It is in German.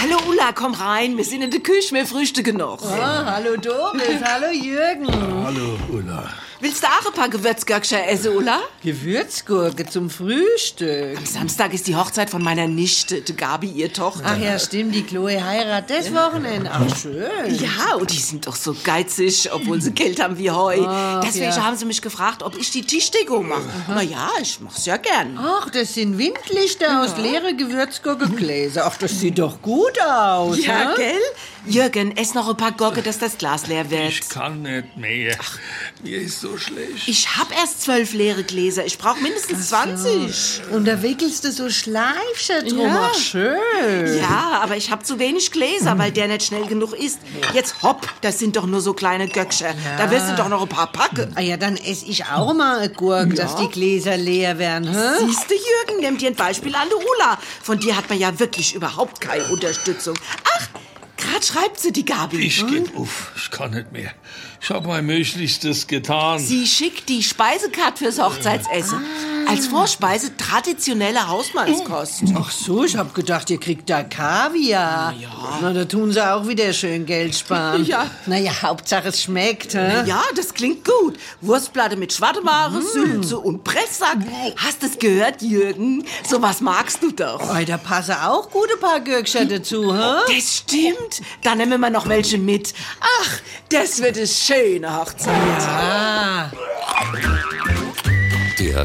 Hallo Ulla, komm rein. Wir sind in der Küche, wir frühstücken noch. Oh, hallo Doris, hallo Jürgen. Hallo, Ulla. Willst du auch ein paar Gewürzgöckchen essen, Ulla? Gewürzgurke zum Frühstück. Am Samstag ist die Hochzeit von meiner Nichte, die Gabi, ihr Tochter. Ach ja, stimmt, die Chloe heiratet das Wochenende. Ach schön. Ja, und die sind doch so geizig, obwohl sie Geld haben wie Heu. Deswegen ja. haben sie mich gefragt, ob ich die Tischdeko mache. Na ja, ich mach's ja gern. Ach, das sind Windlichter aus leere Gewürzgurkengläser. Ach, das sieht doch gut aus. Ja, ne? gell? Jürgen, ess noch ein paar Gurke, dass das Glas leer wird. Ich kann nicht mehr. Mir ist so schlecht. Ich hab erst zwölf leere Gläser. Ich brauche mindestens 20. Und da wickelst du so Schleifchen drum. Ja. Ach, schön. Ja, aber ich hab zu wenig Gläser, weil der nicht schnell genug ist. Jetzt hopp, das sind doch nur so kleine Göcksche. Da wirst du doch noch ein paar Packe. Ah ja, dann esse ich auch mal eine Gurke, dass die Gläser leer werden. Hä? Siehst du, Jürgen, nimm dir ein Beispiel an der Ula. Von dir hat man ja wirklich überhaupt keine Unterstützung. Ach, grad schreibt sie die Gabi. Ich geb auf. Ich kann nicht mehr. Ich habe mein Möglichstes getan. Sie schickt die Speisekarte fürs Hochzeitsessen. Als Vorspeise traditionelle Hausmannskost. Ach so, ich hab gedacht, ihr kriegt da Kaviar. Na, ja. Na da tun sie auch wieder schön Geld sparen. Ja. Naja, Hauptsache es schmeckt, hä? Ja, das klingt gut. Wurstplatte mit Schwattemaare, Sülze und Presssack. Hast es gehört, Jürgen? Sowas magst du doch. Oi, da passen auch gute paar Gürkchen dazu, hä? Das stimmt. Da nehmen wir noch welche mit. Ach, das wird eine schöne Hochzeit. Ah, Der